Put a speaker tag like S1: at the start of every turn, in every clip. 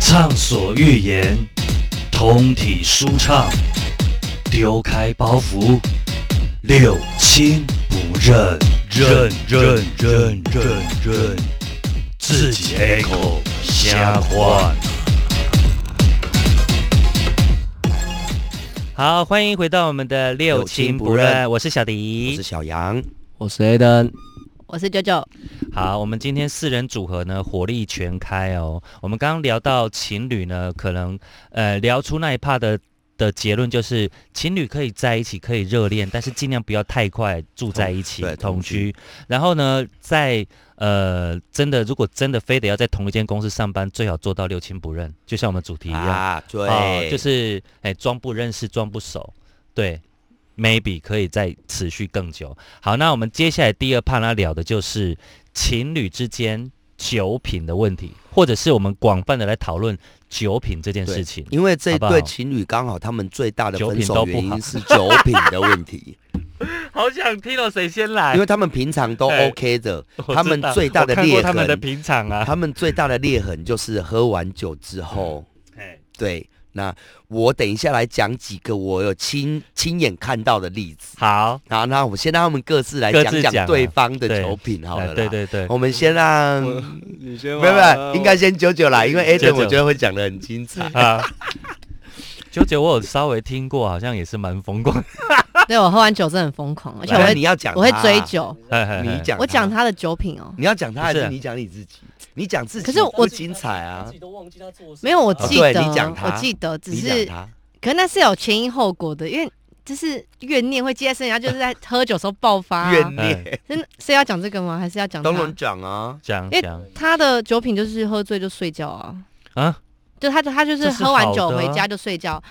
S1: 畅所欲言，通体舒畅，丢开包袱，六亲不认，认认认认认，自己 A 口瞎换。
S2: 好，欢迎回到我们的六亲不
S3: 六亲不
S2: 认，
S3: 认
S2: 我是小
S3: 我
S2: 迪
S3: 是。小杨，
S4: 我是 A 登，
S5: 我是九九，
S2: 好，我们今天四人组合呢，火力全开哦。我们刚刚聊到情侣呢，可能呃聊出那一趴的的结论就是，情侣可以在一起，可以热恋，但是尽量不要太快住在一起
S3: 同哦对
S2: 同
S3: 同居
S2: 居。然后呢，在呃真的如果真的非得要在同一间公司上班，最好做到六亲不认，就像我们主题一样。
S3: 啊，对，
S2: 哦，就是哎装不认识，装不熟，对，maybe 可以再持续更久。好，那我们接下来第二 part 呢，聊的就是情侣之间酒品的问题，或者是我们广泛的来讨论酒品这件
S3: 对
S2: 事情。
S3: 因为这
S2: 好不好
S3: 对情侣刚好他们最大的
S2: 酒
S3: 分
S2: 品都
S3: 手
S2: 不
S3: 原
S2: 好
S3: 因是酒品的 问题，
S2: 好想听到谁先来
S3: 因为他们平常都
S2: 哎
S3: OK 的，
S2: 我知
S3: 他们
S2: 道
S3: 最大
S2: 我
S3: 的
S2: 看过
S3: 裂
S2: 他们的
S3: 痕，
S2: 平常啊，
S3: 他们最大的裂痕就是喝完酒之后，
S2: 哎
S3: 对。那我等一下来讲几个我有亲亲眼看到的例子
S2: 好，
S3: 啊。那我先让他们各自来
S2: 各
S3: 讲
S2: 自讲啊
S3: 讲对方的
S2: 对
S3: 酒品好了啦
S2: 哎对对对，
S3: 我们先让，
S4: 你先
S3: 没有没有，应该先九九啦，因为 Adam
S2: 九九
S3: 我觉得会讲的很精彩。
S2: 啊。 九九，我有稍微听过，好像也是蛮风光的。
S5: 对我喝完酒真的很疯狂，而且我
S3: 来
S5: 会
S3: 你要讲，
S5: 我会追，酒，
S2: 嘿嘿嘿
S3: 你讲，
S5: 我讲，他的酒品哦，
S3: 你要讲他还
S2: 不是
S3: 是你讲你自己？你讲自己，
S5: 可是我
S3: 不精彩啊，
S4: 都忘记他做
S5: 没有我
S3: 哦
S5: 记
S3: 对
S5: 得，
S3: 你讲他
S5: 我记得，只
S3: 你讲
S5: 是
S3: 他，
S5: 可是那是有前因后果的，因为就是怨念会积在身上，就是在喝酒时候爆发、啊
S3: 怨。念，
S5: 真的是要讲这个吗？还是要讲他
S3: 当然讲啊，
S2: 讲
S5: 因为
S2: 讲
S5: 他的酒品就是喝醉就睡觉啊？
S2: 啊，
S5: 就他他就是
S2: 这是
S5: 喝完
S2: 好
S5: 酒
S2: 的啊
S5: 回家就睡觉，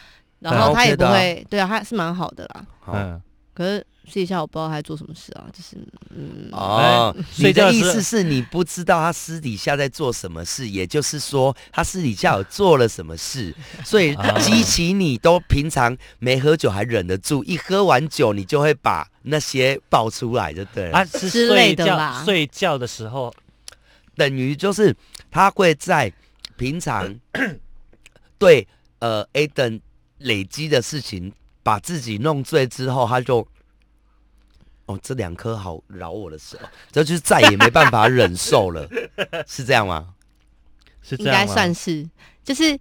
S5: 然
S2: 对啊
S5: 后他也
S3: OK
S5: 不
S3: 的啊
S5: 会，对啊，他是蛮好的啦。
S3: 好
S2: 嗯。
S5: 可是试一下，我不知道他在做什么事啊，就是嗯，
S3: 哦，
S2: 睡
S3: 你
S2: 觉
S3: 的
S2: 的
S3: 意
S2: 时候
S3: 思是你不知道他私底下在做什么事，也就是说他私底下有做了什么 事，所以
S2: 啊
S3: 激起你都平常没喝酒还忍得住，一喝完酒你就会把那些爆出来，就对了。
S2: 啊，是
S5: 之
S2: 睡
S5: 类的
S2: 觉
S5: 啦
S2: 睡觉的时候，
S3: 等于就是他会在 平常对呃 A 等累积的事情，把自己弄醉之后，他就哦这两颗好饶我的手，这就是再也没办法忍 受了，是这样吗？
S2: 是
S5: 应
S2: 这样
S5: 该
S2: 吗
S5: 算是，就是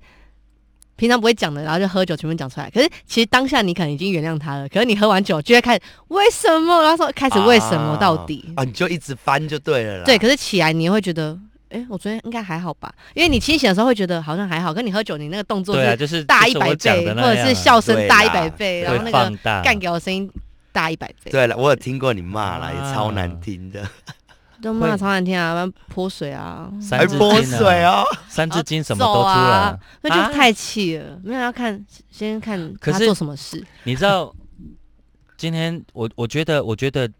S5: 平常不会讲的，然后就喝酒全部讲出来。可是其实当下你可能已经原谅他了，可是你喝完酒就会开始为什么，然后说开始为什么到底，
S3: 啊，你就一直翻就对
S2: 啊
S3: 了啦。
S5: 对。可是起来你会觉得，哎、我昨天应该还好吧？因为你清醒的时候会觉得好像还好，跟你喝酒你那个动作
S2: 对啊，
S5: 是
S2: 就是
S5: 大一
S2: 就是我
S5: 百
S2: 讲
S5: 倍，
S2: 的那
S5: 或者
S2: 样
S5: 是
S2: 啊
S5: 笑声
S3: 对
S5: 大
S3: 啦
S5: 一百倍，
S3: 对
S5: 然后那
S2: 会
S5: 个
S2: 放大
S5: 干掉的声音大一百倍，
S3: 对了，我有听过你骂啦，也
S2: 啊
S3: 超难听的，
S5: 都骂超难听啊，不然泼水啊，
S2: 三
S3: 还
S2: 字
S3: 泼
S2: 经啊
S3: 水，哦。
S2: 三字经什么
S5: 然
S2: 都
S5: 后
S2: 出
S5: 走
S2: 来
S5: 啊
S2: 了。
S5: 那就
S2: 啊
S5: 是太气了，没有要看，先看
S2: 可
S5: 他
S2: 是
S5: 做什么事。
S2: 你知道，今天我我觉得，我觉得，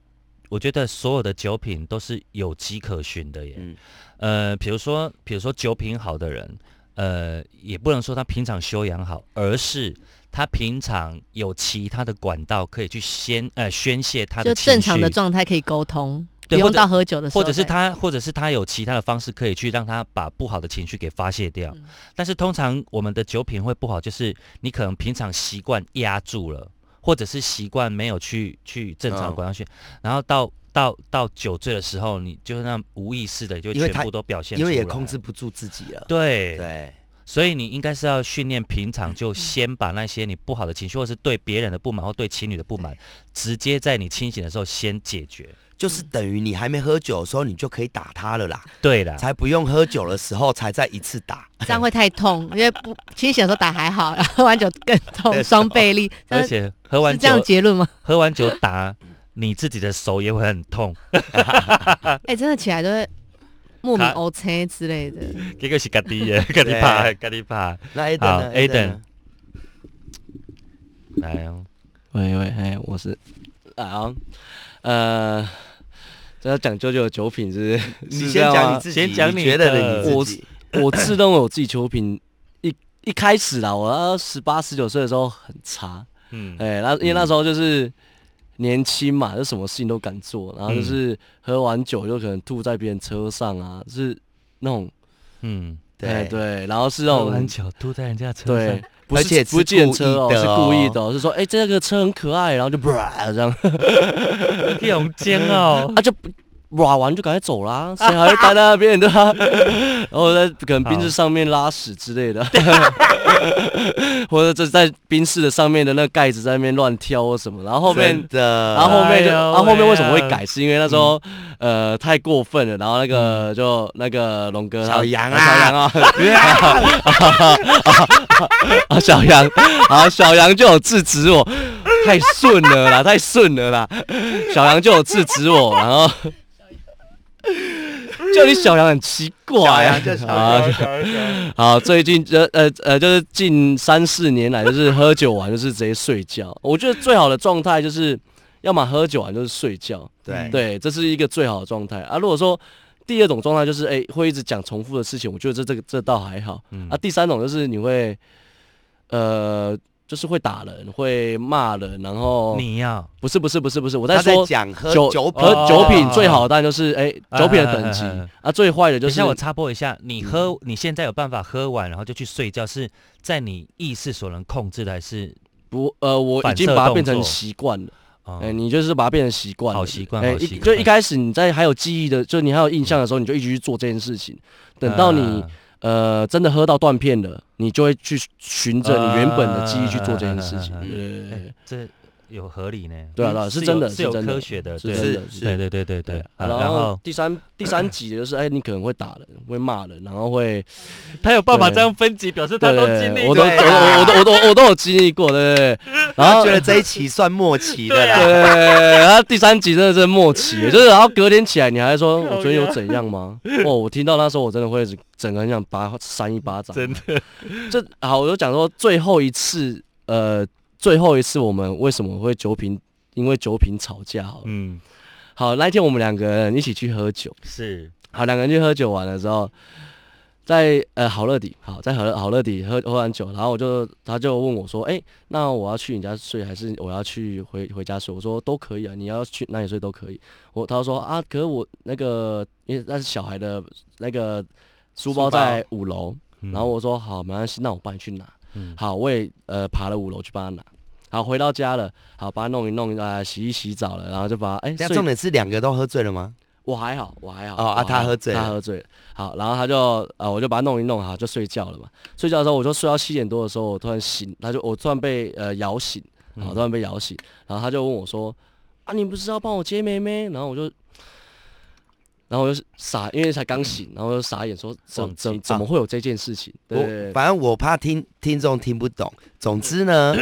S2: 我觉得所有的酒品都是有迹可循的耶。
S3: 嗯
S2: 呃，比如说，比如说酒品好的人，呃，也不能说他平常修养好，而是他平常有其他的管道可以去宣呃宣泄他的
S5: 就
S2: 情
S5: 正常的
S2: 绪
S5: 状态可以沟通，不
S2: 对或
S5: 用
S2: 者
S5: 到喝酒的时候
S2: 或
S5: 才，
S2: 者是他，或者是他有其他的方式可以去让他把不好的情绪给发泄掉。
S5: 嗯
S2: 但是通常我们的酒品会不好，就是你可能平常习惯压住了，或者是习惯没有去去正常的
S3: 嗯
S2: 管道去，然后到到到酒醉的时候，你就那样无意识的就
S3: 因为
S2: 全
S3: 他
S2: 部都表现出
S3: 因
S2: 来，
S3: 为也控制不住自己了。
S2: 对，
S3: 对，
S2: 所以你应该是要训练平常
S5: 嗯
S2: 就先把那些你不好的情绪，或是对别人的不满或对情侣的不满，直接在你清醒的时候先解决。
S3: 就是等于你还没喝酒的时候，你就可以打他了啦。
S2: 对啦，
S3: 才不用喝酒的时候才再一次打。
S5: 这样会太 痛，因为不清醒的时候打还好，然后喝完酒更痛，双倍力。
S2: 而且喝
S5: 呃但是
S2: 完
S5: 是这
S2: 酒
S5: 样结论吗？
S2: 喝完酒打，你自己的手也会很痛。
S5: 哎、真的起来都会莫名
S2: 他
S5: O C 之类的。
S2: 这个是咖喱 耶，咖喱怕，咖喱怕。
S3: 那 A
S2: 好
S3: n
S2: Aiden
S3: 呢
S2: 来哦，
S4: 喂喂，哎，我是啊，呃，这要讲九九的酒品是不是？
S3: 你
S4: 是这
S3: 先
S4: 样啊
S3: 讲
S4: 吗
S3: 你自己，
S2: 先讲你
S3: 你觉得的
S2: 的
S3: 你
S4: 我
S3: 自己。
S4: 我自认为我自己酒品一一开始啦，我十八十九岁的时候很差，
S2: 嗯，
S4: 哎，那因为那时候就是年轻嘛，就什么事情都敢做，然后就是喝完酒就可能吐在别人车上啊，就是那种
S2: 嗯，
S4: 哎
S3: 对
S4: 对，然后是那
S2: 绕弯
S4: 种
S2: 角度在人家车上
S4: 对，，不是
S3: 而且是
S4: 不是见车哦，
S3: 故意的
S4: 是
S3: 哦
S4: 故意的哦，是说哎这个车很可爱，然后就 这样，
S2: 用煎熬。
S4: 啊就哇完就赶快走啦，谁还会待在那边对吧？ 然后在可能冰室上面拉屎之类的， 或者这在冰室的上面的那个盖子在那边乱挑或什么，然后后面
S3: 真。的，
S4: 然后后面就，
S2: 哎呦
S4: 然后后面为什么
S2: 喂
S4: 会
S2: 啊
S4: 改？是因为那时候，
S3: 嗯
S4: 呃，太过分了。然后那个就那个龙哥他
S3: 小杨啊
S4: 小杨啊，啊 小杨，啊小杨就有制止我，太顺了啦，太顺了啦。小杨就有制止我，然 后就你小杨很奇
S3: 小
S4: 怪啊
S3: 杨就，小杨
S4: 啊好，最近呃呃呃，就是近三四年来，就是喝酒完就是直接睡觉。我觉得最好的状态就是，要么喝酒完就是睡觉，
S3: 对
S4: 对，这是一个最好的状态啊。如果说第二种状态就是，哎、会一直讲重复的事情，我觉得这这个这倒还好、啊。第三种就是你会，呃，就是会打人，会骂人，然后
S2: 你要
S4: 不是不是不是不是，我在
S3: 他在
S4: 说
S3: 讲喝
S4: 酒
S3: 酒
S2: 品
S4: 喝酒品
S2: 哦
S4: 最好的当然就是哎、酒品的等级
S2: 哎哎哎哎哎
S4: 啊，最坏的就
S2: 等一
S4: 是嗯
S2: 下，我插播一下，你喝，你现在有办法喝完，然后就去睡觉，是在你意识所能控制的，还是
S4: 不呃，我已
S2: 反
S4: 经
S2: 射
S4: 把它
S2: 动
S4: 变成
S2: 作
S4: 习惯了。哎、
S2: 嗯
S4: 你就是把它变成习惯了，
S2: 好习惯
S4: 哎、
S2: 好
S4: 一
S2: 习惯
S4: 就一开始你在还有记忆的，就你还有印象的时候，你就一直去做这件事情。等到
S2: 嗯
S4: 你、呃真的喝到断片了，你就会去循着你原本的记忆去做这件事情。
S2: 嗯嗯嗯嗯嗯
S4: 对对
S2: 嗯
S4: 对
S2: 哎这有合理呢？
S4: 对啊对啊是真的
S2: 有
S4: 是
S2: 是有
S4: 真的
S2: 科学的，
S4: 是
S2: 对
S4: 真
S3: 是
S2: 对
S4: 的
S2: 对对对对。好
S4: 然
S2: 然
S4: 后
S2: 后
S4: 第三第三集就是，哎，你可能会打人，会骂人，然后会，
S2: 他有办
S4: 法
S2: 法
S4: 这
S2: 这
S4: 样
S2: 样分级，表示他
S4: 对
S2: 都
S4: 对
S2: 经历
S4: 我都
S2: 过
S4: 我。
S3: 对啊
S4: 我都我都我都有经历过，对对对。然
S3: 他
S4: 后
S3: 觉得这一期算末期的
S4: 对，
S3: 啦，
S4: 然后第三集真的是默契，就是然后隔天起来你还说，我昨天有怎样吗？哦，我听到那时候我真的会整个很想把他扇一巴掌。
S2: 真
S4: 的，这好，我就讲说最后一次，呃，最后一次我们为什么会酒瓶，因为酒瓶吵架好了。
S2: 嗯，
S4: 好，那一天我们两个人一起去喝酒，
S2: 是
S4: 好，两个人去喝酒完了之后，在呃好乐迪，好在好乐好乐迪喝喝完酒，然后我就他就问我说，哎、那我要去你家睡还是我要去回回家睡？我说都可以啊，你要去哪里睡都可以。我他说啊，可是我那个因为那是小孩的那个书包
S3: 书包
S4: 在五楼，
S2: 嗯
S4: 然后我说好，没关系，那我帮你去拿。
S2: 嗯
S4: 好，我也呃爬了五楼去帮他拿。好，回到家了，好把它弄一弄啊、洗一洗澡了，然后就把它哎、
S3: 这样
S4: 睡
S3: 重点是两个都喝醉了吗？
S4: 我还好，我还
S3: 哦
S4: 好。
S3: 啊
S4: 我还好
S3: 他喝醉了
S4: 他喝醉了。好，然后他就呃，我就把他弄一弄，好就睡觉了嘛。睡觉的时候，我就睡到七点多的时候，我突然醒，他就我突然被呃摇醒，好，
S2: 嗯
S4: 突然被摇醒，然后他就问我说：“啊，你不是要帮我接妹妹？”然后我就。然后我就傻，因为才刚
S3: 嗯
S4: 醒，然后我就傻眼说，怎
S2: 忘记
S4: 怎怎么会有这件事情？对
S3: 我
S4: 对对
S3: 反正我怕听听众听不懂。总之 呢，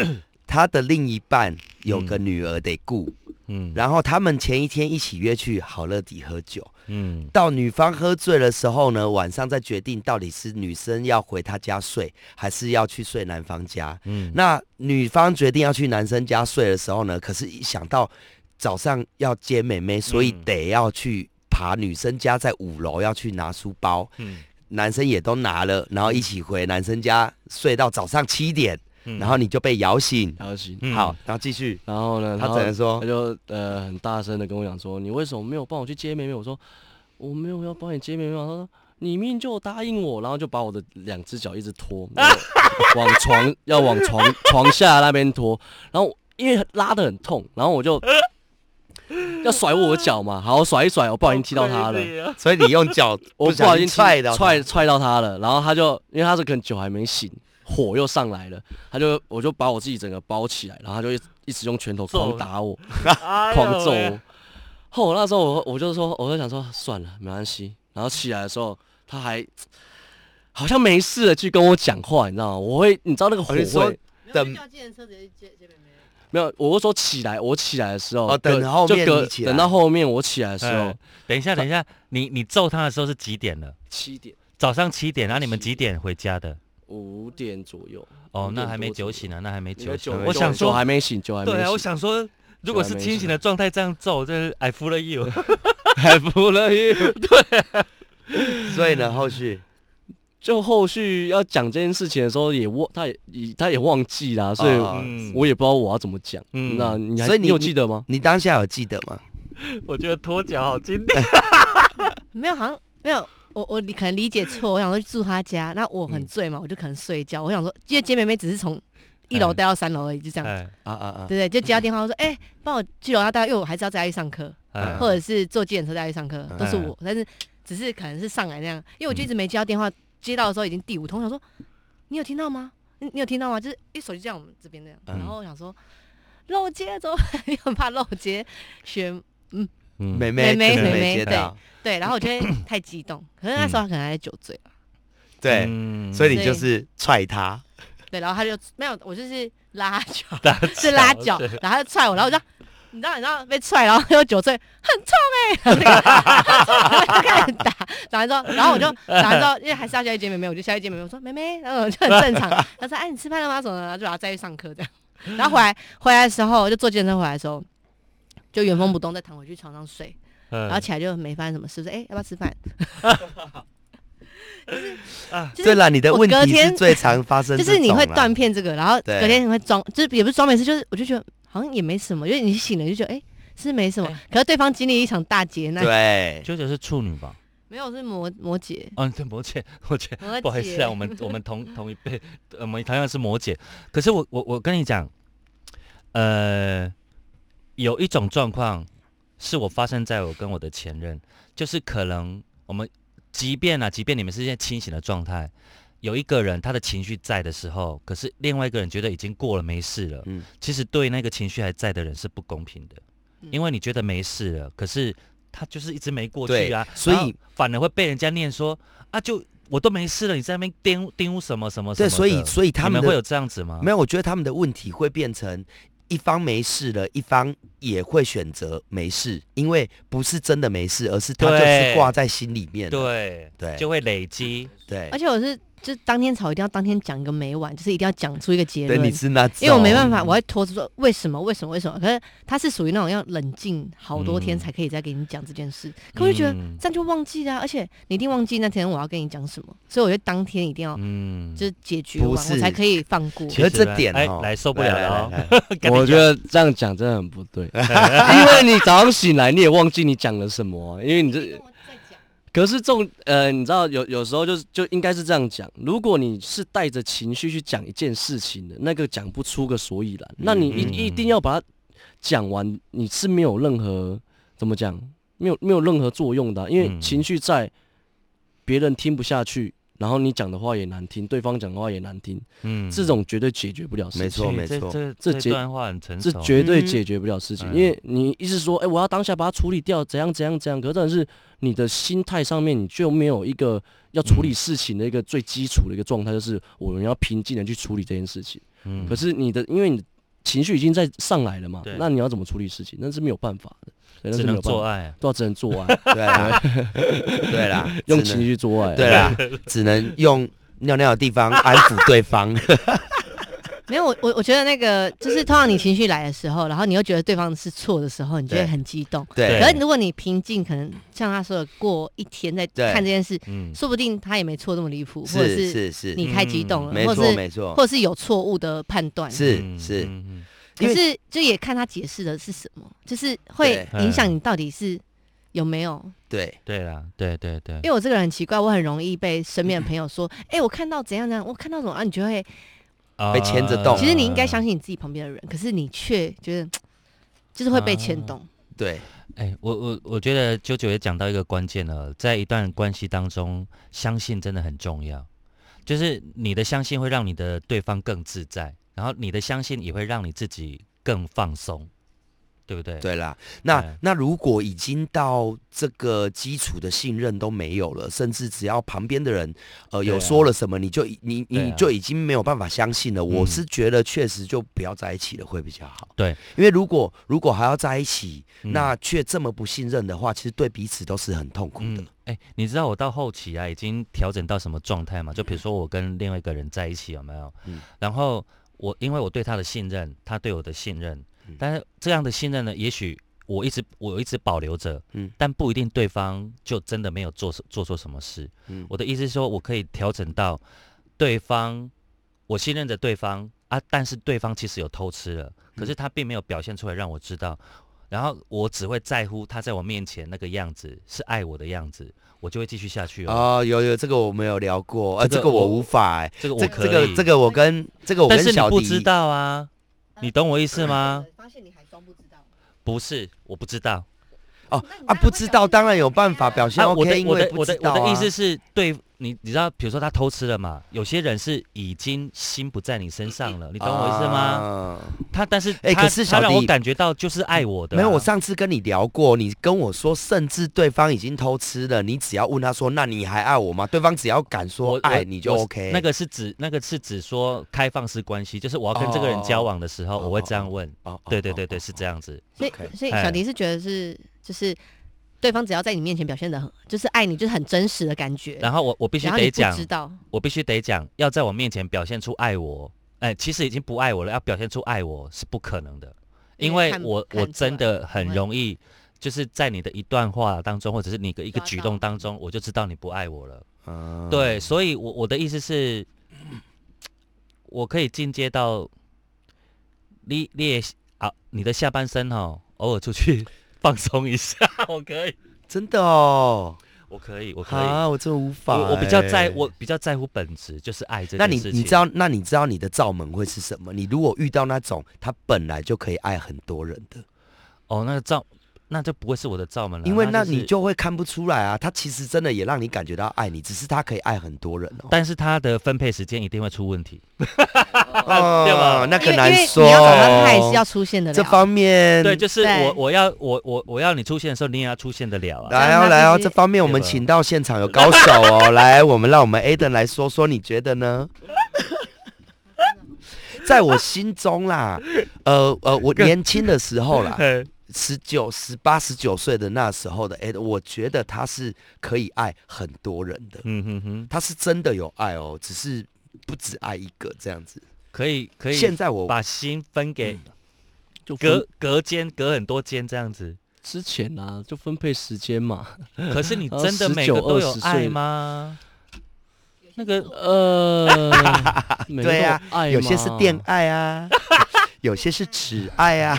S3: 他的另一半有个女儿得顾，
S2: 嗯
S3: 然后他们前一天一起约去好乐迪喝酒，
S2: 嗯
S3: 到女方喝醉的时候呢，晚上再决定到底是女生要回她家睡，还是要去睡男方家。
S2: 嗯，
S3: 那女方决定要去男生家睡的时候呢，可是一想到早上要接妹妹，所以
S2: 嗯
S3: 得要去爬女生家，在五楼要去拿书包，
S2: 嗯
S3: 男生也都拿了，然后一起回男生家睡到早上七点，
S2: 嗯
S3: 然后你就被摇醒。
S4: 然后醒，
S2: 嗯
S3: 好，然后继续，
S4: 然后呢，
S3: 他
S4: 然后
S3: 只能说
S4: 他就呃很大声的跟我讲说，你为什么没有帮我去接妹妹？我说我没有要帮你接妹妹。他说你明明就答应我，然后就把我的两只脚一直拖， 然后往床要往床床下那边拖，然后因为拉的很痛，然后 我就要甩我的脚嘛，好我甩一甩，我不小心踢到他了。
S3: 所以你用脚不
S4: 我不小
S3: 小
S4: 心
S3: 心
S4: 踢
S3: 踹到他
S4: 踹踹到他了，然后他就因为他是可能酒还没醒，火又上来了，他就我就把我自己整个包起来，然后他就一直一直用拳头
S2: 揍
S4: 狂
S2: 了
S4: 打我，
S2: 哎呦
S4: 狂揍
S2: 喂
S4: 我。后我那时候我我就说，我就想说算了，没关系。然后起来的时候，他还好像没事了，去跟我讲话，你知道吗？我会，你知道那个火
S3: 你说
S4: 会
S3: 等
S5: 叫计程车直接接接妹妹。
S4: 没有？我是说起来，我起来的时候，
S3: 哦等
S4: 就
S3: 后面
S4: 就隔
S3: 你起来
S4: 等到后面我起来的时候
S2: 哎，等一下，等一下，你你揍他的时候是几点了？
S4: 七点
S2: 早上七点，然啊后你们几点回家的？
S4: 五点左右。哎
S2: 哦，那还没
S4: 五点
S2: 酒
S4: 多
S2: 醒呢，那还没
S4: 左右，
S2: 酒醒啊
S4: 你的。
S2: 我
S4: 酒
S2: 想
S4: 酒还
S2: 说，
S4: 没醒，酒还没醒。
S2: 对啊，我想说，如果是清醒的
S4: 啊
S2: 状态这样揍，真是 I f o o l you。
S4: 还不乐意。
S3: 所以呢，后续
S4: 就后续要讲这件事情的时候，也忘，他也也他也忘记啦，所以
S3: 哦
S2: 嗯，
S4: 我也不知道我要怎么讲。
S2: 嗯
S4: 那你还
S3: 所以你
S4: 有记得吗？
S3: 你当下有记得吗？
S2: 我觉得脱脚好经典。
S5: 没有，好像没有。我我你可能理解错，我想说去住他家，那我
S2: 嗯
S5: 很醉嘛，我就可能睡觉。我想说，因为接妹妹只是从一楼带到三楼而已，就这样，
S2: 哎
S3: 啊啊啊！
S5: 对不对？就接到电话我说，哎，帮我去楼下带，因为我还是要带她去上课，
S2: 哎
S5: 或者是坐计程车带她去上课，都是
S2: 嗯
S5: 我，但是只是可能是上来那样，因为我就一直没接到电话，接到的时候已经第五通，我想说你有听到吗？你你有听到吗？就是一手机这样我们这边这样，
S3: 嗯
S5: 然后我想说漏接怎么办？因为很怕漏接，学
S2: 嗯
S3: 妹妹
S5: 妹妹
S3: 可能
S5: 妹妹
S3: 没接到，
S5: 对，然后我就会 太激动，可是那时候他可能还在酒醉吧
S3: 对，
S2: 嗯
S3: 所以你就是踹他，
S5: 对，然后他就没有，我就是 拉脚，是拉脚，然后他就踹我，然后我就，你知道，你知道被踹，然后又酒醉，很臭哎、欸，然后就开始打，打完之后，然后我就打完之后，因为还是要下去接妹妹，我就下去接妹妹，我说妹妹，然后我就很正常，他说哎你吃饭了吗？什么的，然后就把他载去上课这样，然后回来回来的时候，就坐健身回来的时候，就原封不动再躺回去床上睡，然后
S2: 嗯
S5: 起来就没发生什么事，说哎、要不要吃饭？就是
S3: 对了，你的
S5: 我
S3: 问
S5: 隔
S3: 题是
S5: 天
S3: 最常发生这
S5: 就
S3: 种啦，
S5: 是你会断片这个，然后
S3: 对
S5: 隔天你会装，就是也不是装没事，就是我就觉得好像也没什么，因为你醒了就觉得哎、是没什么，可是对方经历一场大劫难，
S3: 对，
S2: 哎九九是处女吧？
S5: 没有是摩摩羯，
S2: 嗯，对，摩羯，摩羯，
S5: 摩羯
S2: 不好意思啊，我们我们同同一辈，呃我们同样是摩羯。可是我我我跟你讲，呃，有一种状况是我发生在我跟我的前任，就是可能我们即便啊，即便你们是现在清醒的状态，有一个人他的情绪在的时候，可是另外一个人觉得已经过了没事了，
S3: 嗯
S2: 其实对那个情绪还在的人是不公平的，
S5: 嗯
S2: 因为你觉得没事了，可是他就是一直没过去
S3: 对
S2: 啊，
S3: 所以
S2: 然后反而会被人家念说啊，就我都没事了，你在那边玷污玷污什么什么什么的
S3: 对，所以所以他
S2: 你
S3: 们
S2: 们
S3: 的
S2: 会有这样子吗？
S3: 没有，我觉得他们的问题会变成一方没事了，一方也会选择没事，因为不是真的没事，而是他
S2: 对
S3: 就是挂在心里面了。
S2: 对
S3: 对
S2: 就会累积。
S3: 对
S5: 而且我是就当天吵一定要当天讲一个没完，就是一定要讲出一个结
S3: 对，
S5: 论
S3: 你，是那哦种，
S5: 因为我没办法，我会拖着说为什么为什么为什么，可是他是属于那种要冷静好多天
S2: 嗯
S5: 才可以再给你讲这件事，可我就觉得
S2: 嗯
S5: 这样就忘记了啊、而且你一定忘记那天我要跟你讲什么，所以我就当天一定要
S2: 嗯，
S5: 就是解决
S3: 不
S5: 完，
S3: 是
S5: 我才可以放过。
S3: 其实这点
S2: 哎
S3: 哦，
S2: 来受不了
S3: 来
S2: 了哦
S3: 来 来
S4: 我觉得这样讲真的很不 对，因为你早上醒来你也忘记你讲了什么啊、因为你这可是重呃，你知道有有时候就是就应该是这样讲，如果你是带着情绪去讲一件事情的，那个讲不出个所以然，那你
S2: 嗯
S4: 一一定要把它讲完，你是没有任何怎么讲，没有没有任何作用的啊、因为
S2: 嗯
S4: 情绪在，别人听不下去。然后你讲的话也难听，对方讲的话也难听，
S2: 嗯
S4: 这种绝对解决不了事情。
S3: 没错
S2: 这
S3: 没错
S2: 这
S4: 这
S2: 这
S4: 结
S2: 段话很成
S4: 这
S2: 熟，
S4: 绝对
S5: 嗯
S4: 解决不了事情，
S2: 嗯
S4: 因为你一直说，哎、我要当下把它处理掉，怎样怎样怎样，可是但是你的心态上面，你就没有一个要处
S2: 嗯
S4: 理事情的一个最基础的一个状态，就是我们要平静的去处理这件事情。
S2: 嗯
S4: 可是你的，因为你的情绪已经在上来了嘛
S2: 对，
S4: 那你要怎么处理事情，那是没有办法的，对那
S2: 只
S4: 是没
S2: 能
S4: 有办
S2: 做
S4: 法，
S2: 爱。
S4: 对啊，只能 做爱，
S3: 对啦，对啦，
S4: 用
S3: 只
S4: 情
S3: 能
S4: 绪做爱，啊
S3: 对
S2: 啊
S3: 啦，只能用尿尿的地方安抚对方。
S5: 没有我我我觉得那个就是通常你情绪来的时候，然后你又觉得对方是错的时候，你就会
S3: 对
S5: 很激动。
S3: 对
S5: 可是如果你平静，可能像他说的，过一天再
S3: 对
S5: 看这件事，
S2: 嗯，
S5: 说不定他也没错这么离谱，或者
S3: 是
S5: 是
S3: 是是，
S5: 你太激动了，
S3: 没
S5: 或者
S3: 错
S5: 是
S3: 没错，
S5: 或者是有错误的判断。
S3: 是
S2: 嗯
S3: 是，
S2: 嗯
S5: 可
S3: 因为
S5: 是就也看他解释的是什么，就是会
S2: 对
S5: 影
S3: 嗯
S5: 响你到底是有没有
S3: 对
S2: 对啦，对对对
S5: 因，为我这个人很奇怪，我很容易被身边的朋友说，哎、我看到怎样怎样，我看到什么，啊，你就会，
S3: 被牵着
S2: 呃
S3: 动
S5: 其实你应该相信你自己旁边的人，可是你却觉得，就是会被牵动。
S3: 对，
S2: 哎，我我我觉得九九也讲到一个关键了，在一段关系当中，相信真的很重要。就是你的相信会让你的对方更自在，然后你的相信也会让你自己更放松，对不对？嗯
S3: 对啦，那
S2: 对
S3: 那如果已经到这个基础的信任都没有了，甚至只要旁边的人呃
S2: 对啊
S3: 有说了什么，你就已你
S2: 对啊
S3: 你就已经没有办法相信了。我
S2: 嗯
S3: 是觉得确实就不要在一起了会比较好。
S2: 对，
S3: 因为如果如果还要在一起，
S2: 嗯
S3: 那却这么不信任的话，其实对彼此都是很痛苦的
S2: 嗯。，哎、你知道我到后期啊，已经调整到什么状态吗？就比如说我跟另外一个人在一起，有没有？
S3: 嗯
S2: 然后我因为我对他的信任，他对我的信任，
S3: 嗯
S2: 但是这样的信任呢，也许我一直我一直保留着，
S3: 嗯
S2: 但不一定对方就真的没有做做错什么事。
S3: 嗯
S2: 我的意思是说，我可以调整到对方，我信任着
S3: 嗯
S2: 对方啊，但是对方其实有偷吃了，可是他并没有表现出来让我知道。然后我只会在乎他在我面前那个样子是爱我的样子，我就会继续下去哦。
S3: 哦，有有这个我们有聊过，呃，
S2: 这
S3: 这
S2: 个
S3: 个我
S2: 我
S3: 无法哎，
S2: 这个我
S3: 这
S2: 可
S3: 这
S2: 以，
S3: 个这个我跟这个我
S2: 但
S3: 跟
S2: 是你
S3: 小
S2: 不
S3: 迪
S2: 知道啊，你懂我意思吗？？
S5: 发现你还装不知道。
S2: 不是，我不知道。
S3: 哦啊，不知道当然有办法表现
S2: 啊，我
S3: OK，、
S2: 的
S3: 因
S2: 我
S3: 为
S2: 的
S3: 不
S2: 我
S3: 知
S2: 的
S3: 道、
S2: 我
S3: 啊、
S2: 的意思是对你，你知道，比如说他偷吃了嘛，有些人是已经心不在你身上了，你
S3: 你
S2: 懂我意思吗？他但是
S3: 啊哎
S2: 他
S3: 可是
S2: 他
S3: 小
S2: 让我
S3: 弟
S2: 感觉到就是爱我的啊，
S3: 没有，我上次跟你聊过，你跟我说，甚至对方已经偷吃了，你只要问他说，那你还爱我吗？对方只要敢
S2: 我
S3: 说
S2: 我
S3: 爱，你就
S2: 我
S3: OK。
S2: 那个是指那个是指说开放式关系，就是我要跟这个人交往的时候，
S3: 哦哦
S2: 我会这样问。
S3: 哦，哦
S2: 对对对对，是这。样子。
S5: 所以
S3: OK
S5: 所以
S2: 哎
S5: 小迪是觉得是就是对方只要在你面前表现的很就是爱你，就是很真实的感
S3: 哦
S5: 觉。
S2: 然后我我必须
S5: 然后
S2: 得
S5: 你不
S2: 讲
S5: 知，道，
S2: 我必须得讲，要在我面前表现出爱我，哎，其实已经不爱我了，要表现出爱我是不可能的，因为
S5: 看
S2: 我
S5: 看
S2: 我
S5: 出
S2: 真
S5: 来
S2: 的很
S5: 不会
S2: 容易，就是在你的一段话当中，或者是你的一个
S5: 抓
S2: 举
S5: 到嗯
S2: 动当中，我就知道你不爱我了。
S3: 哦哦
S2: 对，所以我我的意思是，我可以进阶到你你也啊，你的下半身哦，偶尔出去 放松一下，我可以，
S3: 真的哦，
S2: 我可以，我可以。
S3: 啊，我真的无法、
S2: 我我比较在
S3: 哎
S2: 我。比较在乎本质，就是爱这
S3: 那
S2: 件
S3: 你
S2: 事情。
S3: 你知道，那你知道你的罩门会是什么？你如果遇到那种他本来就可以爱很多人的，
S2: 哦，那个罩，那就不会是我的罩门了，
S3: 因为那
S2: 是
S3: 你就会看不出来啊。他其实真的也让你感觉到爱你，只是他可以爱很多人哦。
S2: 但是他的分配时间一定会出问题。
S3: 哦
S2: 对吧
S3: 那
S5: 因
S3: 可
S5: 为
S3: 难
S5: 因为
S3: 说。
S5: 你要找他，他也是要出现的了。
S3: 这方面，
S2: 对，就是
S5: 对
S2: 我我要我我我要你出现的时候，你也要出现得了啊。
S3: 来
S5: 让
S3: 哦，
S5: 他
S3: 来哦，
S5: 自己
S3: 这方面我们
S2: 对吧
S3: 请到现场有高手哦。来，我们让我们 Aden 来说说，你觉得呢？在我心中啦，呃呃，我年轻的时 候啦，
S2: 嘿
S3: 十九、十八、十九岁的那时候的 Aden，我觉得他是可以爱很多人的，
S2: 嗯哼哼，
S3: 他是真的有爱哦，只是不只爱一个这样子。
S2: 可以可以。
S3: 现在我嗯
S2: 把心分给
S4: 就分
S2: 隔隔间隔很多间这样 子。
S4: 之前啊，就分配时间嘛。
S2: 可是你
S4: 然后
S2: 真的每
S4: 19
S2: 个都有
S4: 20岁
S2: 爱吗？那个
S4: 呃， 每个都
S3: 对啊
S4: 爱嘛
S3: 有些是恋爱啊， 有些是只爱啊。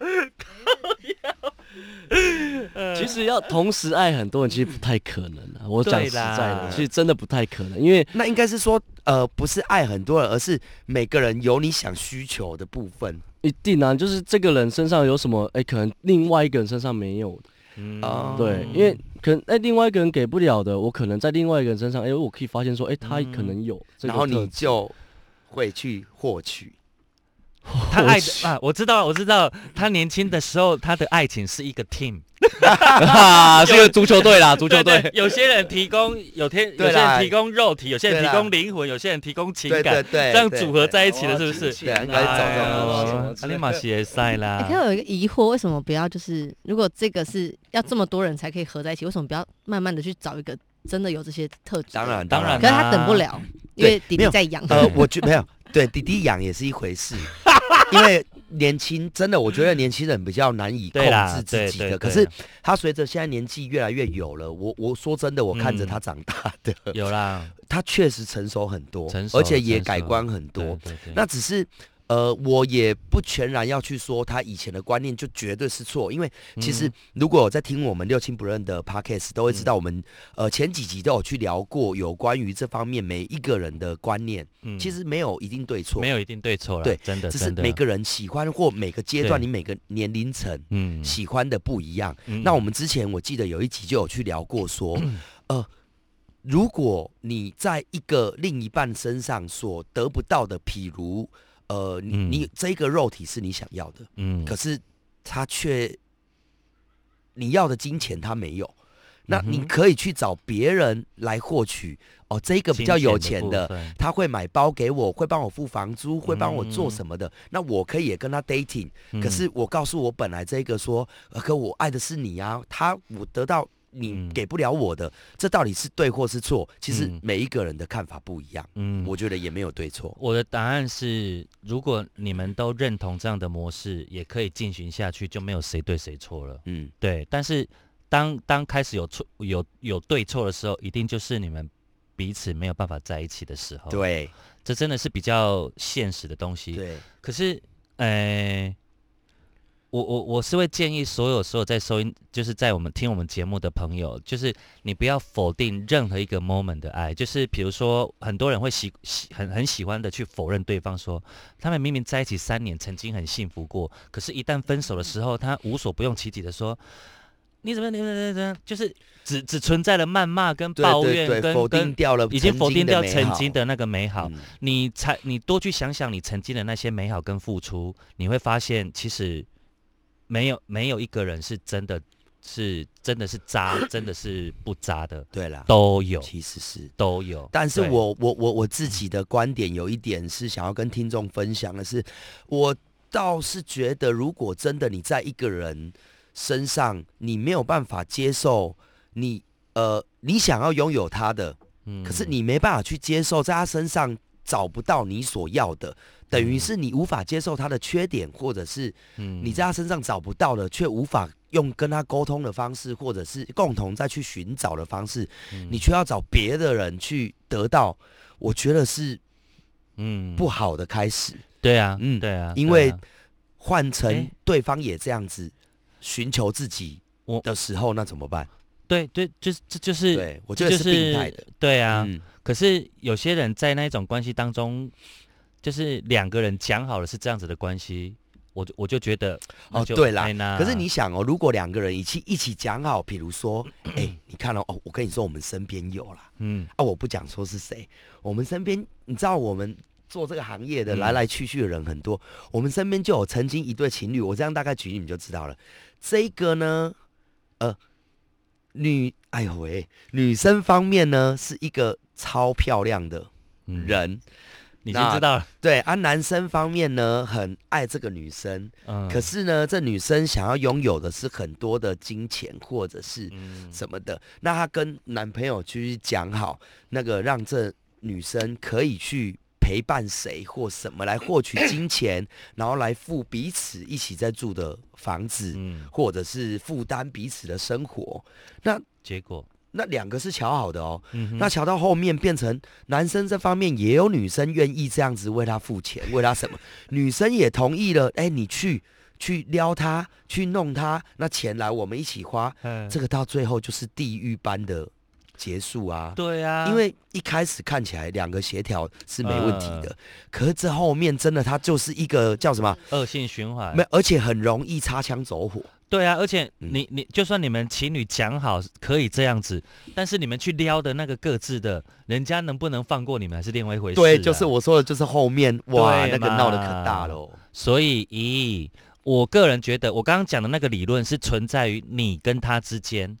S4: 其实要同时爱很多人，其实不太可能啊。我讲
S2: 对
S4: 实在
S2: 啦
S4: 的，其实真的不太可能，因为
S3: 那应该是说，呃，不是爱很多人，而是每个人有你想需求的部分
S4: 一定啊，就是这个人身上有什么，哎、可能另外一个人身上没有，
S2: 嗯
S3: 哦
S4: 对，因为可能哎、另外一个人给不了的，我可能在另外一个人身上，哎、我可以发现说，哎、他可能有这个
S3: 然
S4: 特
S3: 后
S4: 质，
S3: 你就会去获取。
S2: 他爱的啊，我知道我知道，他年轻的时候他的爱情是一个 team，
S4: 啊， 是个足球队啦，足球队。
S2: 对，有些人提供有天，有
S3: 对
S2: 些
S3: 啦
S2: 人提供肉体，有些人
S3: 对
S2: 提
S3: 啦
S2: 供灵魂，有些人提供情
S3: 对对
S2: 感，
S3: 对，
S2: 这样
S3: 对
S2: 组合在一起
S4: 对
S2: 了，是不是？
S3: 对，应该
S2: 哎
S3: 找
S2: 呦
S3: 这种
S4: 哎
S3: 东
S4: 呦
S3: 西。
S2: 阿里马西也赛
S5: 哎
S2: 啦
S5: 可，我有一个疑惑，为什么不要就是如果这个是要这么多人才可以合在一起，为什么不要慢慢的去找一个真的有这些特质？
S3: 当，然，
S2: 当然
S5: 可是他等不了，因为弟
S3: 没
S5: 弟
S3: 有
S5: 在养。
S3: 呃，我觉 没有对弟弟养也是一 回事，因为年轻真的，我觉得年轻人比较难以控
S2: 对啦
S3: 制自己
S2: 对对
S3: 的。可
S2: 对
S3: 是他随着现在年纪越来越有了，我我说真的，我
S2: 嗯
S3: 看着他长大的，
S2: 有啦，
S3: 他确实成熟很多，
S2: 成熟
S3: 而且也
S2: 成熟
S3: 改观很多。
S2: 对。对对
S3: 那只是。呃，我也不全然要去说他以前的观念就绝对是错，因为其实
S2: 嗯
S3: 如果有在听我们六亲不认的 podcast，都会知道我们、呃前几集都有去聊过有关于这方面每一个人的观念，
S2: 嗯
S3: 其实没有一定对错，
S2: 没有一定对错了，
S3: 对
S2: 真的，
S3: 只是
S2: 真的
S3: 每个人喜欢或每个阶段
S2: 对
S3: 你每个年龄层
S2: 嗯，
S3: 喜欢的不一样。
S2: 嗯
S3: 那我们之前我记得有一集就有去聊过说，呃，如果你在一个另一半身上所得不到的，譬如呃，你、
S2: 嗯
S3: 你这个肉体是你想要的，
S2: 嗯
S3: 可是他却你要的金钱他没有。那你
S2: 嗯哼
S3: 可以去找别人来获取哦，这个比较有钱
S2: 金
S3: 的
S2: 部，分
S3: 他会买包给我，会帮我付房租，会帮我做什么的。那我可以也跟他 dating，、
S2: 嗯
S3: 可是我告诉我本来这个说，呃可我爱的是你啊，他我得到
S2: 嗯
S3: 你给不了我的，这到底是对或是错？其实
S2: 嗯
S3: 每一个人的看法不一样，
S2: 嗯
S3: 我觉得也没有对错。
S2: 我的答案是，如果你们都认同这样的模式，也可以进行下去，就没有谁对谁错了。
S3: 嗯，
S2: 对，但是当当开始有错有有对错的时候，一定就是你们彼此没有办法在一起的时候。，
S3: 对
S2: 这真的是比较现实的东西。
S3: 对，
S2: 可是，呃，我我我是会建议所有所有在收音，就是在我们听我们节目的朋友，就是你不要否定任何一个 moment 的爱，就是比如说很多人会喜喜很很喜欢的去否认对方说，他们明明在一起三年，曾经很幸福过，可是，一旦分手的时候，他无所不用其极的说。你怎么你怎么怎么，就是只只存在了谩骂跟
S3: 对
S2: 抱
S3: 对
S2: 怨
S3: 对，
S2: 跟
S3: 否定
S2: 跟
S3: 掉了，
S2: 已经否定掉曾经
S3: 的
S2: 的那个美好，
S3: 美好，嗯
S2: 你才你多去想想你曾经的那些美好跟付出，你会发现其实没有没有一个人是真的是真的是渣，真的是不渣的，
S3: 对啦，
S2: 都 有
S3: 其实是。
S2: 都有。
S3: 但是
S2: 对嗯
S3: 我我我我自己的观点有一点是想要跟听众分享的是，我倒是觉得，如果真的你在一个人身上，你没有办法接受你呃你想要拥有他的，
S2: 嗯
S3: 可是你没办法去接受，在他身上找不到你所要的，等于是你无法接受他的缺点，或者是
S2: 嗯
S3: 你在他身上找不到的，却无法用跟他沟通的方式，或者是共同再去寻找的方式，
S2: 嗯
S3: 你却要找别的人去得到，我觉得是
S2: 嗯
S3: 不好的开始。
S2: 对啊，
S3: 嗯
S2: 嗯对啊，
S3: 因
S2: 对
S3: 为
S2: 啊
S3: 换成
S2: 哎
S3: 对方也这样子寻求自己
S2: 我
S3: 的时候，那怎么办？
S2: 对对，就是这就是
S3: 对我觉
S2: 这
S3: 得
S2: 就是
S3: 病态的。
S2: 对啊，
S3: 嗯，
S2: 可是有些人在那一种关系当中，就是两个人讲好了是这样子的关系，我就我就觉得那
S3: 哦
S2: 就
S3: 对啦
S2: 哎呐
S3: 可是你想哦，如果两个人一起一起讲好，比 如说，哎，你看哦，哦，我跟你说，我们身边有啦，
S2: 嗯
S3: 啊，我不讲说是谁，我们身边你知道我们。做这个行业的
S2: 嗯
S3: 来来去去的人很多，我们身边就有曾经一对情侣，我这样大概举例你就知道了。这个呢，呃，女，哎呦喂，女生方面呢是一个超漂亮的
S2: 嗯
S3: 人，
S2: 你已
S3: 那
S2: 经知道了，
S3: 对啊，男生方面呢很爱这个女生，
S2: 嗯，
S3: 可是呢，这女生想要拥有的是很多的金钱或者是
S2: 嗯
S3: 什么的，那她跟男朋友去讲好，那个让这女生可以去陪伴谁或什么来获取金钱，然后来付彼此一起在住的房子，
S2: 嗯，
S3: 或者是负担彼此的生活，那
S2: 结果
S3: 那两个是瞧好的哦，
S2: 嗯哼
S3: 那瞧到后面变成男生这方面也有女生愿意这样子为他付钱，为他什么，女生也同意了，哎，你去去撩他，去弄他，那钱来我们一起花，
S2: 嗯
S3: 这个到最后就是地狱般的结束啊。
S2: 对啊，
S3: 因为一开始看起来两个协调是没问题的，可是这后面真的它就是一个叫什么？
S2: 恶性循环
S3: 没，，而且很容易擦枪走火。
S2: 对啊，而且
S3: 嗯
S2: 你你就算你们情侣讲好可以这样子，但是你们去撩的那个各自的，人家能不能放过你们还是另外一回事啊。
S3: 对，就是我说的，就是后面哇，那
S2: 对
S3: 个
S2: 嘛
S3: 闹得可大了哦。
S2: 所以，咦，我个人觉得，我刚刚讲的那个理论是存在于你跟他之间，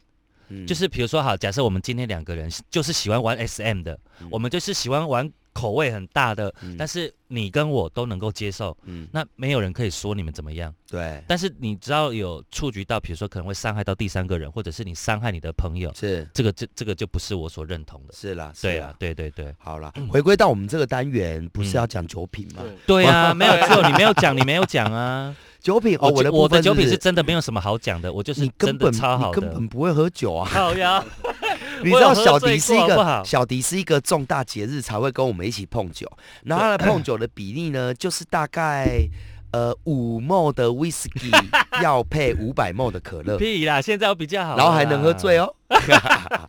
S3: 嗯
S2: 就是比如说，好，假设我们今天两个人就是喜欢玩 SM 的，
S3: 嗯
S2: 我们就是喜欢玩口味很大的，
S3: 嗯
S2: 但是你跟我都能够接受，
S3: 嗯，
S2: 那没有人可以说你们怎么样。
S3: 对，
S2: 但是你只要有触及到，比如说可能会伤害到第三个人，或者是你伤害你的朋友，
S3: 是
S2: 这个这这个就不是我所认同的。
S3: 是啦，是
S2: 对
S3: 啦
S2: 啊，，对对对。
S3: 好啦，回归到我们这个单元，不是
S2: 嗯
S3: 要讲酒品吗？
S4: 对，
S2: 对啊，没有，只有你没有讲，你没有讲啊。
S3: 酒品哦，
S2: 我
S3: 的
S2: 我
S3: 我
S2: 的酒品
S3: 是
S2: 是真的没有什么好讲的，我就是
S3: 你
S2: 真
S3: 根
S2: 的
S3: 本
S2: 超好
S3: 你
S2: 的。
S3: 根本不会喝 酒啊！
S2: 好 呀，
S3: 你知道小迪
S2: 迪
S3: 是一
S2: 不
S3: 个
S2: 好，
S3: 小迪是一个重大节日才会跟我们一起碰酒，然后他的碰酒的比例呢，就是大概呃五 m 的 whisky 要配五百 m 的可乐，
S2: 屁啦！现在我比较好，
S3: 然后还能喝醉
S2: 哦。
S3: 哦。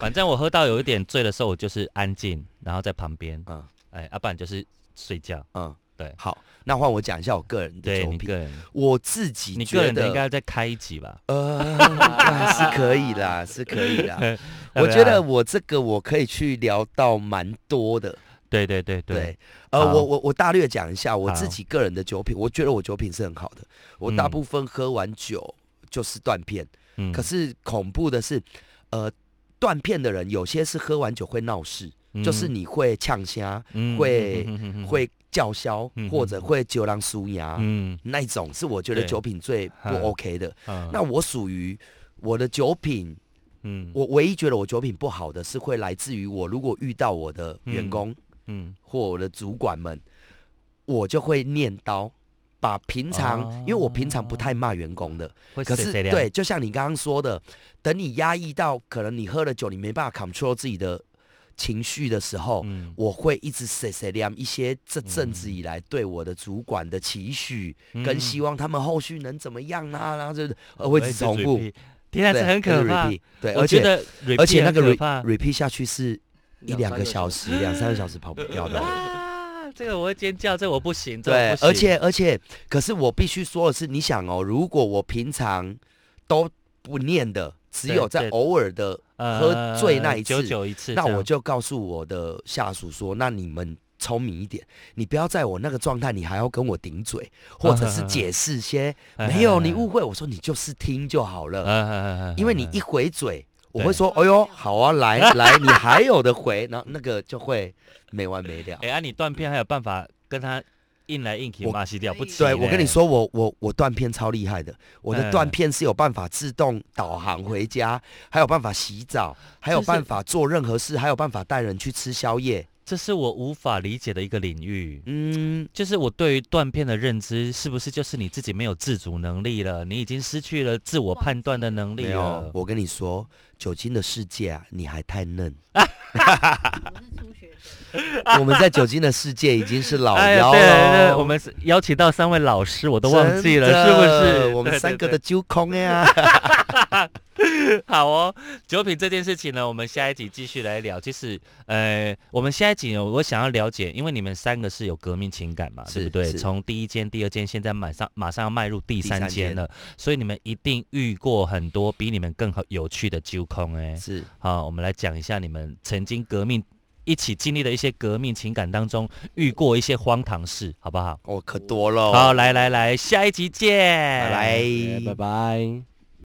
S2: 反正我喝到有一点醉的时候，我就是安静，然后在旁边，
S3: 嗯
S2: 哎，要、不然就是睡觉。
S3: 嗯，
S2: 对
S3: 好，那换我讲一下我个人的
S2: 对
S3: 酒
S2: 你
S3: 品
S2: 个。人，
S3: 我自己
S2: 你
S3: 觉
S2: 个人
S3: 得
S2: 的应该再开一集吧。
S3: 呃是可以啦，是可以 啦。我
S2: 对啊
S3: 觉得我这个我可以去聊到蛮多的，
S2: 对对对
S3: 对，
S2: 对，
S3: 呃，
S2: 好
S3: 我我我大略讲一下我
S2: 好
S3: 自己个人的酒品，我觉得我酒品是很好的，我大
S2: 嗯
S3: 部分喝完酒就是断片，
S2: 嗯
S3: 可是恐怖的是，呃，断片的人有些是喝完酒会闹事，
S2: 嗯
S3: 就是你会呛虾，会
S2: 会，
S3: 会叫嚣，
S2: 嗯
S3: 或者
S2: 嗯嗯
S3: 会酒狼苏牙，
S2: 嗯
S3: 那一种是我觉得
S2: 对
S3: 酒品最不
S2: 哈
S3: OK 的。
S2: 嗯
S3: 那我属于我的酒品，
S2: 嗯
S3: 我唯一觉得我酒品不好的是会来自于我如果遇到我的员工
S2: 嗯
S3: 或我的主管们，我就会念叨。把平常，因为我平常不太骂员工的，
S2: 哦会
S3: 可是
S2: 谁谁聊
S3: 对，就像你刚刚说的，等你压抑到可能你喝了酒，你没办法 control 自己的情绪的时候，
S2: 嗯
S3: 我会一直碎碎念一些这阵子以来对我的主管的期许，
S2: 嗯
S3: 跟希望他们后续能怎么样啊，然后就是呃会一直重复，
S2: repeat，天啊，
S3: 对
S2: 这很可怕
S3: repeat，。对，
S2: 我
S3: 而
S2: 觉
S3: 且
S2: 得 repeat
S3: 而且那个
S2: 很可
S3: re
S2: 怕
S3: repeat 下去是 一两个小
S4: 时，
S3: 时、两三个小时 跑不掉的。
S2: 啊，这个我会尖叫，这我不行，这我，
S3: 对
S2: 不行
S3: 而且而且，可是我必须说的是，你想哦，如果我平常都不念的，只
S2: 对
S3: 有在
S2: 对
S3: 偶尔的，
S2: 呃
S3: 喝醉那一次
S2: 久久一次这
S3: 那
S2: 样，
S3: 我就告诉我的下属说，那你们。聪明一点，你不要在我那个状态，你还要跟我顶嘴，或者 是解释些
S2: 哎
S3: 没有你误会。我说你就是听就好了，
S2: 呃，
S3: 因为你一回嘴，我会
S2: 对
S3: 说：“哎呦，好啊，来来，你还有的回。”然后那个就会没完没了。
S2: 哎，啊，你断片还有办法跟他硬来硬去
S3: 我
S2: 骂西掉不起
S3: 对
S2: 嘞？
S3: 我跟你说，我我我断片超厉害的，我的
S2: 嗯
S3: 断片是有办法自动导航回家，还有办法洗澡，还有
S2: 就是
S3: 办法做任何事，还有办法带人去吃宵夜。
S2: 这是我无法理解的一个领域。
S3: 嗯，
S2: 就是我对于断片的认知，是不是就是你自己没有自主能力了？你已经失去了自我判断的能力
S3: 没有
S2: 了，。
S3: 我跟你说，酒精的世界啊，你还太 嫩。
S5: 我是初学者，
S3: 我们在酒精的世界已经是老
S2: 哎呀，
S3: 妖
S2: 对对对，
S3: 了。
S2: 我们是邀请到三位老师，我都忘记了，是
S3: 真
S2: 不
S3: 的
S2: 是？
S3: 我们
S2: 对
S3: 三个
S2: 对
S3: 的揪空 呀。
S2: 好哦，酒品这件事情呢，我们下一集继续来聊。其实，呃，我们下一集呢，我想要了解，因为你们三个是有革命情感嘛，
S3: 是
S2: 对不对？
S3: 是
S2: 从第一间、第二间，现在马上马上要迈入第三
S3: 第三
S2: 间
S3: 间
S2: 了，所以你们一定遇过很多比你们更好有趣的纠空哎、
S3: 是
S2: 好，我们来讲一下你们曾经革命。一起经历的一些革命情感当中，遇过一些荒唐事，好不好？
S3: 哦，可多了。
S2: 好，来来来，下一集见，
S3: 拜拜
S4: 哎拜拜。